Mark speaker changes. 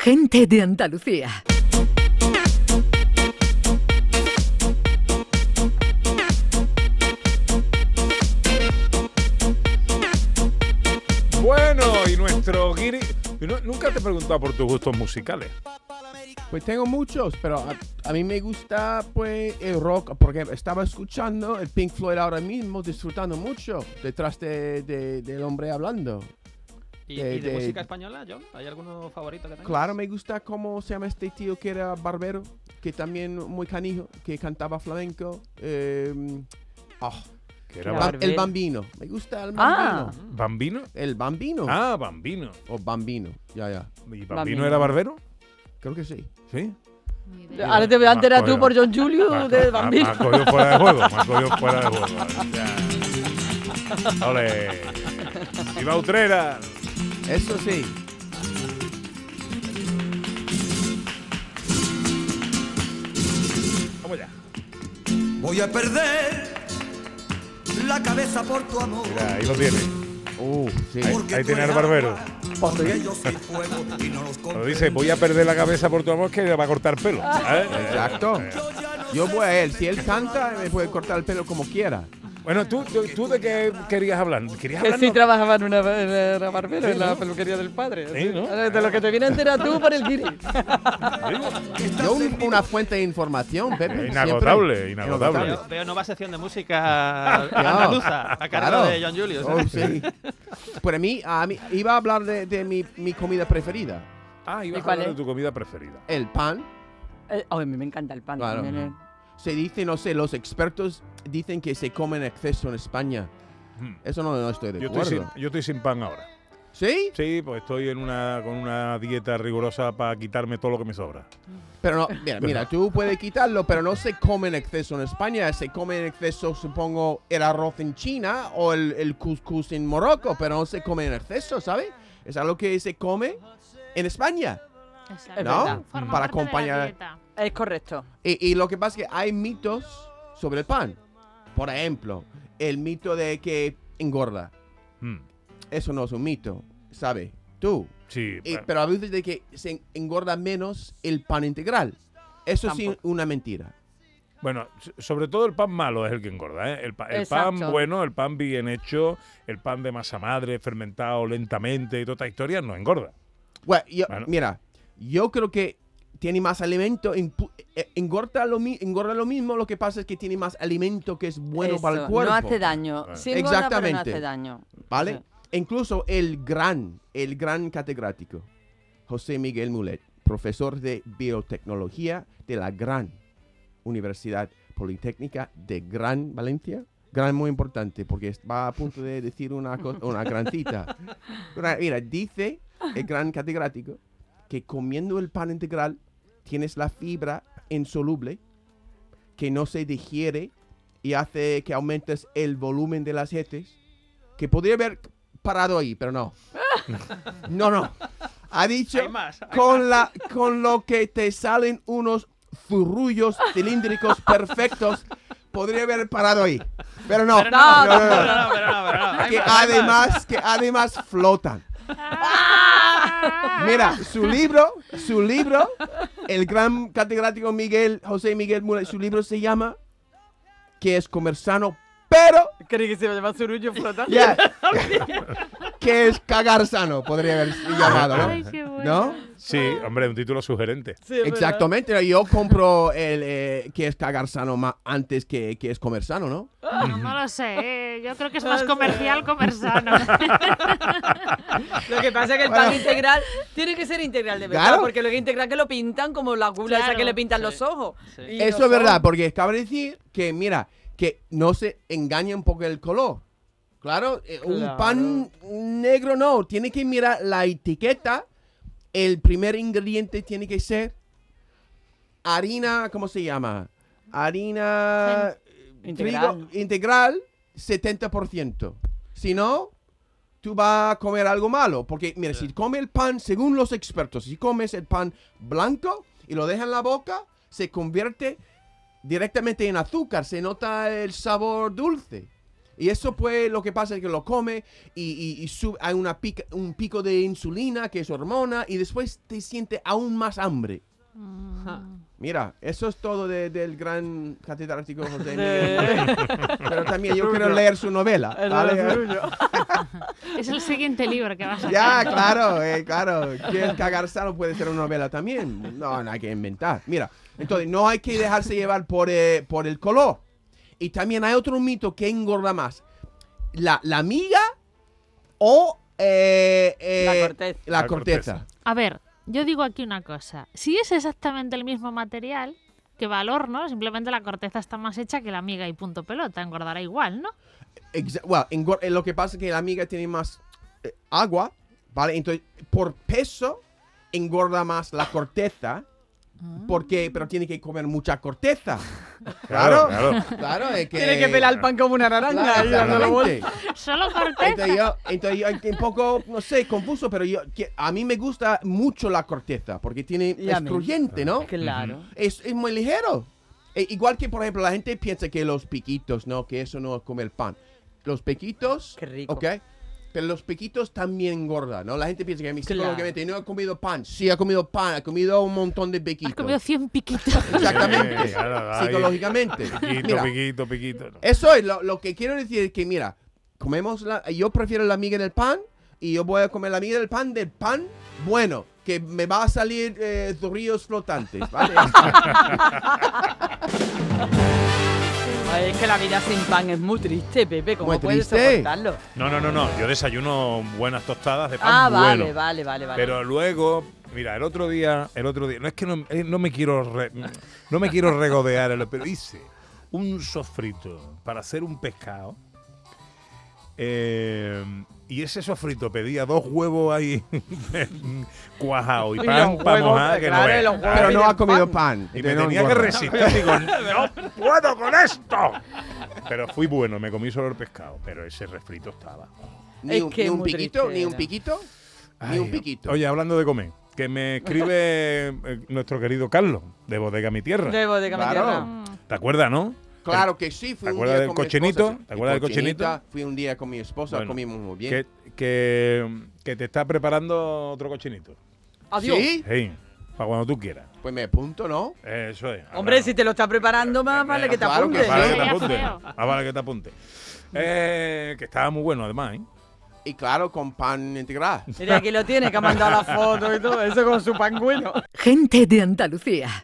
Speaker 1: Gente de Andalucía.
Speaker 2: Bueno, y nuestro Guiri. Yo no- nunca te he preguntado por tus gustos musicales.
Speaker 3: Pues tengo muchos, pero a, a mí me gusta pues el rock, porque estaba escuchando el Pink Floyd ahora mismo, disfrutando mucho detrás de, de- del hombre hablando.
Speaker 4: ¿Y,
Speaker 3: De-
Speaker 4: y de,
Speaker 3: Eh, de-
Speaker 4: música española, John? ¿Hay alguno favorito que tengas?
Speaker 3: Claro, me gusta cómo se llama este tío que era barbero, que también muy canijo, que cantaba flamenco. eh, ah,
Speaker 2: Que era
Speaker 3: Ba-
Speaker 4: Claro.
Speaker 3: el
Speaker 4: Barbero.
Speaker 3: bambino, me gusta el
Speaker 1: Ah.
Speaker 3: bambino.
Speaker 2: Ba- Bambino.
Speaker 3: El bambino.
Speaker 2: Ah, Bambino.
Speaker 3: O bambino, ya, ya.
Speaker 2: ¿Y Bambino,
Speaker 5: Bambino.
Speaker 2: era barbero?
Speaker 3: Creo que sí.
Speaker 2: Sí.
Speaker 5: Ahora te voy a enterar tú por John Julius de
Speaker 2: Ah, Me
Speaker 5: Bambino.
Speaker 2: ha cogido fuera de juego. Me ha cogido fuera de juego. Ya. Ole. Viva Utrera.
Speaker 3: Eso sí.
Speaker 2: Vamos ya.
Speaker 6: Voy a perder la cabeza por tu amor.
Speaker 2: Mira, ahí lo tiene.
Speaker 3: Oh, sí.
Speaker 2: Ahí- ahí
Speaker 6: tú
Speaker 2: tiene
Speaker 6: eres
Speaker 2: al barbero.
Speaker 6: agua, Y ellos sí fuego y no los
Speaker 2: Cuando
Speaker 6: comprendo.
Speaker 2: dice, voy a perder la cabeza por tu amor, que va a cortar pelo.
Speaker 5: Ah.
Speaker 2: ¿Eh? ¿sabes?
Speaker 3: Exacto. Yo voy a él. Si él canta, pues, me puede cortar el pelo como quiera.
Speaker 2: Bueno, ¿tú, tú, tú de qué querías hablar? ¿Querías
Speaker 5: Que
Speaker 2: hablar?
Speaker 5: sí
Speaker 2: no?
Speaker 5: trabajaba en una, en una barbero,
Speaker 2: Sí,
Speaker 5: en la
Speaker 2: ¿no?
Speaker 5: peluquería del padre.
Speaker 2: Sí, ¿no?
Speaker 5: Ahora, De lo que te viene a enterar tú por el guiri.
Speaker 3: Yo un- una fuente de información, Pepe. siempre.
Speaker 2: Inagotable, inagotable.
Speaker 4: Veo, veo nueva sección de música andaluza a cargo
Speaker 3: Claro.
Speaker 4: de John Julius. ¿eh?
Speaker 3: Oh, sí. Pero a mí, a mí, iba a hablar de, de mi, mi comida preferida.
Speaker 2: Ah, iba a
Speaker 5: ¿Y cuál
Speaker 2: hablar de
Speaker 5: es?
Speaker 2: tu comida preferida.
Speaker 3: El pan.
Speaker 5: Eh, oh, a mí me encanta el pan.
Speaker 3: Claro.
Speaker 5: también, eh.
Speaker 3: Se dice, no sé, los expertos dicen que se come en exceso en España.
Speaker 2: Hmm.
Speaker 3: Eso no, no estoy de
Speaker 2: Yo estoy,
Speaker 3: acuerdo.
Speaker 2: sin, yo estoy sin pan ahora.
Speaker 3: ¿Sí?
Speaker 2: Sí, pues estoy en una, con una dieta rigurosa para quitarme todo lo que me sobra.
Speaker 3: Pero no, mira, mira, tú puedes quitarlo, pero no se come en exceso en España. Se come en exceso, supongo, el arroz en China o el, el couscous en Morocco, pero no se come en exceso, ¿sabes? Es algo que se come en España.
Speaker 7: Exacto.
Speaker 5: ¿No?
Speaker 7: Forma
Speaker 3: Para
Speaker 7: parte de la
Speaker 3: acompañar-
Speaker 7: dieta.
Speaker 5: Es correcto.
Speaker 3: Y, y lo que pasa es que hay mitos sobre el pan. Por ejemplo, el mito de que engorda.
Speaker 2: Hmm.
Speaker 3: Eso no es un mito, ¿sabes? Tú.
Speaker 2: Sí,
Speaker 3: Y-
Speaker 2: pa-
Speaker 3: pero a veces de que se en- engorda menos el pan integral. Eso sí es
Speaker 5: Tampoco.
Speaker 3: una mentira.
Speaker 2: bueno, so- sobre todo el pan malo es el que engorda. ¿eh? El, pa- el pan
Speaker 5: Exacto.
Speaker 2: bueno, el pan bien hecho, el pan de masa madre, fermentado lentamente y toda esta historia no engorda.
Speaker 3: Bueno, yo-
Speaker 2: Bueno.
Speaker 3: mira, yo creo que tiene más alimento, impu- eh, engorda lo, mi- engorda lo mismo, lo que pasa es que tiene más alimento que es bueno para el
Speaker 5: Eso,
Speaker 3: cuerpo.
Speaker 5: No hace daño.
Speaker 2: Vale.
Speaker 5: Sí, engorda, pero no
Speaker 3: Exactamente.
Speaker 5: hace daño.
Speaker 3: ¿Vale?
Speaker 5: Sí.
Speaker 3: E Incluso el gran, el gran catedrático, José Miguel Mulet, profesor de biotecnología de la gran Universidad Politécnica de Gran Valencia. Gran muy importante porque es- va a punto de decir una, co- una gran cita. Una- Mira, dice el gran catedrático que comiendo el pan integral tienes la fibra insoluble que no se digiere y hace que aumentes el volumen de las heces que podría haber parado ahí, pero no. No, no. Ha dicho
Speaker 4: Hay más. hay
Speaker 3: con la con lo que te salen unos furrullos cilíndricos perfectos. Podría haber parado ahí, pero no.
Speaker 4: Pero no,
Speaker 3: No, no, no.
Speaker 4: pero no, pero no, pero no, ¿eh? hay
Speaker 3: Que
Speaker 4: más, hay más.
Speaker 3: además, que además flotan. Mira, su libro, su libro, el gran catedrático Miguel, José Miguel Mura, su libro se llama Que es comer sano, pero
Speaker 5: Creí que se llama surullo flotando.
Speaker 3: ya que es cagar sano, podría haber llamado,
Speaker 7: Ay,
Speaker 3: ¿no?
Speaker 7: qué bueno.
Speaker 3: ¿No?
Speaker 2: Sí, Eh, hombre, un título sugerente.
Speaker 5: Sí, es verdad.
Speaker 3: Exactamente, yo compro el eh, que es cagar sano más antes que, que es comer sano, ¿no?
Speaker 7: No, no lo sé. eh, Yo creo que es más comercial comer sano.
Speaker 5: Lo que pasa es que el pan integral tiene que ser integral de verdad,
Speaker 3: Claro.
Speaker 5: porque lo que integral que lo pintan como la gula esa
Speaker 7: Claro.
Speaker 5: que le pintan los
Speaker 4: Sí.
Speaker 5: ojos.
Speaker 4: Sí.
Speaker 5: Y
Speaker 3: Eso
Speaker 5: no
Speaker 3: es verdad,
Speaker 5: son.
Speaker 3: porque acaba de decir que, mira, que no se engaña un poco el color. Claro, eh, un
Speaker 5: Claro.
Speaker 3: pan negro no, tiene que mirar la etiqueta. El primer ingrediente tiene que ser harina, ¿cómo se llama? Harina
Speaker 5: Integral.
Speaker 3: trigo- integral 70%. Si no, tú vas a comer algo malo. Porque, mira, si come el pan, según los expertos, si comes el pan blanco y lo dejas en la boca, se convierte directamente en azúcar. Se nota el sabor dulce. Y eso pues lo que pasa es que lo come y, y- y sub- hay una pica- un pico de insulina que es hormona y después te siente aún más hambre. Mira, eso es todo de- del gran catedrático José Miguel. Pero también yo quiero leer su novela. ¿vale?
Speaker 7: Es el siguiente libro que vas a
Speaker 3: Ya, claro, eh, claro. ¿Quieres cagar sano? Puede ser una novela también. No, no hay que inventar. Mira, entonces no hay que dejarse llevar por, eh, por el color. Y también hay otro mito que engorda más. La, la miga o eh, eh,
Speaker 5: La corteza.
Speaker 3: la
Speaker 2: La
Speaker 3: corteza.
Speaker 2: corteza.
Speaker 7: A ver, yo digo aquí una cosa. Si es exactamente el mismo material que va al horno, simplemente la corteza está más hecha que la miga y punto pelota, engordará igual, ¿no?
Speaker 3: Exa- bueno, engor- eh, lo que pasa es que la miga tiene más eh, agua, ¿vale? Entonces, por peso, engorda más la corteza.
Speaker 5: Ah.
Speaker 3: Porque, pero tiene que comer mucha corteza.
Speaker 2: Claro,
Speaker 3: Claro,
Speaker 2: claro.
Speaker 3: claro, es que.
Speaker 5: Tiene que pelar el pan como una naranja y dándole vueltas.
Speaker 3: Exactamente.
Speaker 7: Solo corteza.
Speaker 3: Entonces yo, entonces yo un poco, no sé, confuso, pero yo, que a mí me gusta mucho la corteza, porque tiene,
Speaker 5: Y a
Speaker 3: es
Speaker 5: mí.
Speaker 3: crujiente, ¿no?
Speaker 5: Claro.
Speaker 3: Es, es muy ligero. E- igual que, por ejemplo, la gente piensa que los piquitos, ¿no? Que eso no es comer pan. Los piquitos...
Speaker 5: Qué rico.
Speaker 3: ¿Ok? Pero los piquitos también engordan, ¿no? La gente piensa que a mí
Speaker 5: Claro.
Speaker 3: psicológicamente no he comido pan. Sí, ha comido pan, ha comido un montón de piquitos.
Speaker 7: Has comido 100 piquitos.
Speaker 3: Exactamente.
Speaker 2: Sí, claro, ahí.
Speaker 3: Psicológicamente.
Speaker 2: Piquito,
Speaker 3: Mira,
Speaker 2: piquito, piquito. No.
Speaker 3: eso es lo, lo que quiero decir es que, mira, comemos la. Yo prefiero la miga del pan y yo voy a comer la miga del pan del pan bueno, que me va a salir eh, ríos flotantes, ¿vale?
Speaker 5: Ay, es que la vida sin pan es muy triste, Pepe. ¿Cómo
Speaker 3: Muy
Speaker 5: puedes
Speaker 3: triste.
Speaker 5: soportarlo?
Speaker 2: no, no, no, no. Yo desayuno buenas tostadas de pan
Speaker 5: Ah, vale,
Speaker 2: bueno.
Speaker 5: vale, vale, vale.
Speaker 2: Pero luego, mira, el otro día, el otro día, no es que no, eh, no me quiero re- no me quiero regodear, en lo- pero hice un sofrito para hacer un pescado. eh, y ese sofrito pedía dos huevos ahí cuajados y
Speaker 5: Y
Speaker 2: pan
Speaker 5: los
Speaker 2: para
Speaker 5: huevos,
Speaker 2: mojar que no
Speaker 5: claro, y
Speaker 2: veas.
Speaker 5: los huevos.
Speaker 3: Pero no
Speaker 5: Miren,
Speaker 3: ha comido
Speaker 5: pan.
Speaker 3: pan.
Speaker 2: Y me
Speaker 3: entonces no
Speaker 2: tenía que
Speaker 3: engorda.
Speaker 2: resistir. Digo, no puedo con esto. Pero fui bueno, me comí solo el pescado. Pero ese refrito estaba.
Speaker 3: Ni
Speaker 5: Es
Speaker 3: un,
Speaker 5: que
Speaker 3: ni
Speaker 5: es
Speaker 3: un
Speaker 5: muy
Speaker 3: piquito, ni un
Speaker 5: tristeza.
Speaker 3: piquito, ni
Speaker 2: Ay,
Speaker 3: un piquito.
Speaker 2: Oye, hablando de comer, que me escribe eh, nuestro querido Carlos, de Bodega Mi Tierra.
Speaker 5: Debo de
Speaker 3: Claro.
Speaker 5: cambiar.
Speaker 2: ¿Te acuerdas, no?
Speaker 3: claro que sí, fui
Speaker 2: ¿Te
Speaker 3: un
Speaker 2: acuerdas del
Speaker 3: día con mi
Speaker 2: cochinito?
Speaker 3: esposa, sí.
Speaker 2: ¿Te acuerdas del
Speaker 3: Cochinita,
Speaker 2: cochinito?
Speaker 3: Fui un día con mi esposa,
Speaker 2: Bueno,
Speaker 3: comimos muy bien.
Speaker 2: Que, que, que te está preparando otro cochinito.
Speaker 5: Adiós.
Speaker 3: ¿Sí?
Speaker 2: Sí, para cuando tú quieras.
Speaker 3: Pues me apunto, ¿no?
Speaker 2: Eso es.
Speaker 5: Hombre,
Speaker 2: Ahora-
Speaker 5: si te lo está preparando, más vale que te
Speaker 3: Claro que
Speaker 5: apuntes.
Speaker 2: Más vale
Speaker 5: ¿eh?
Speaker 2: que te
Speaker 7: Sería
Speaker 2: apunte.
Speaker 7: feo.
Speaker 2: Más vale que te apunte. Eh, que estaba muy bueno, además, ¿eh?
Speaker 3: Y claro, con pan integral.
Speaker 5: Mira, aquí lo tiene, que ha mandado la foto y todo. Eso con su pangüino.
Speaker 1: Gente de Andalucía.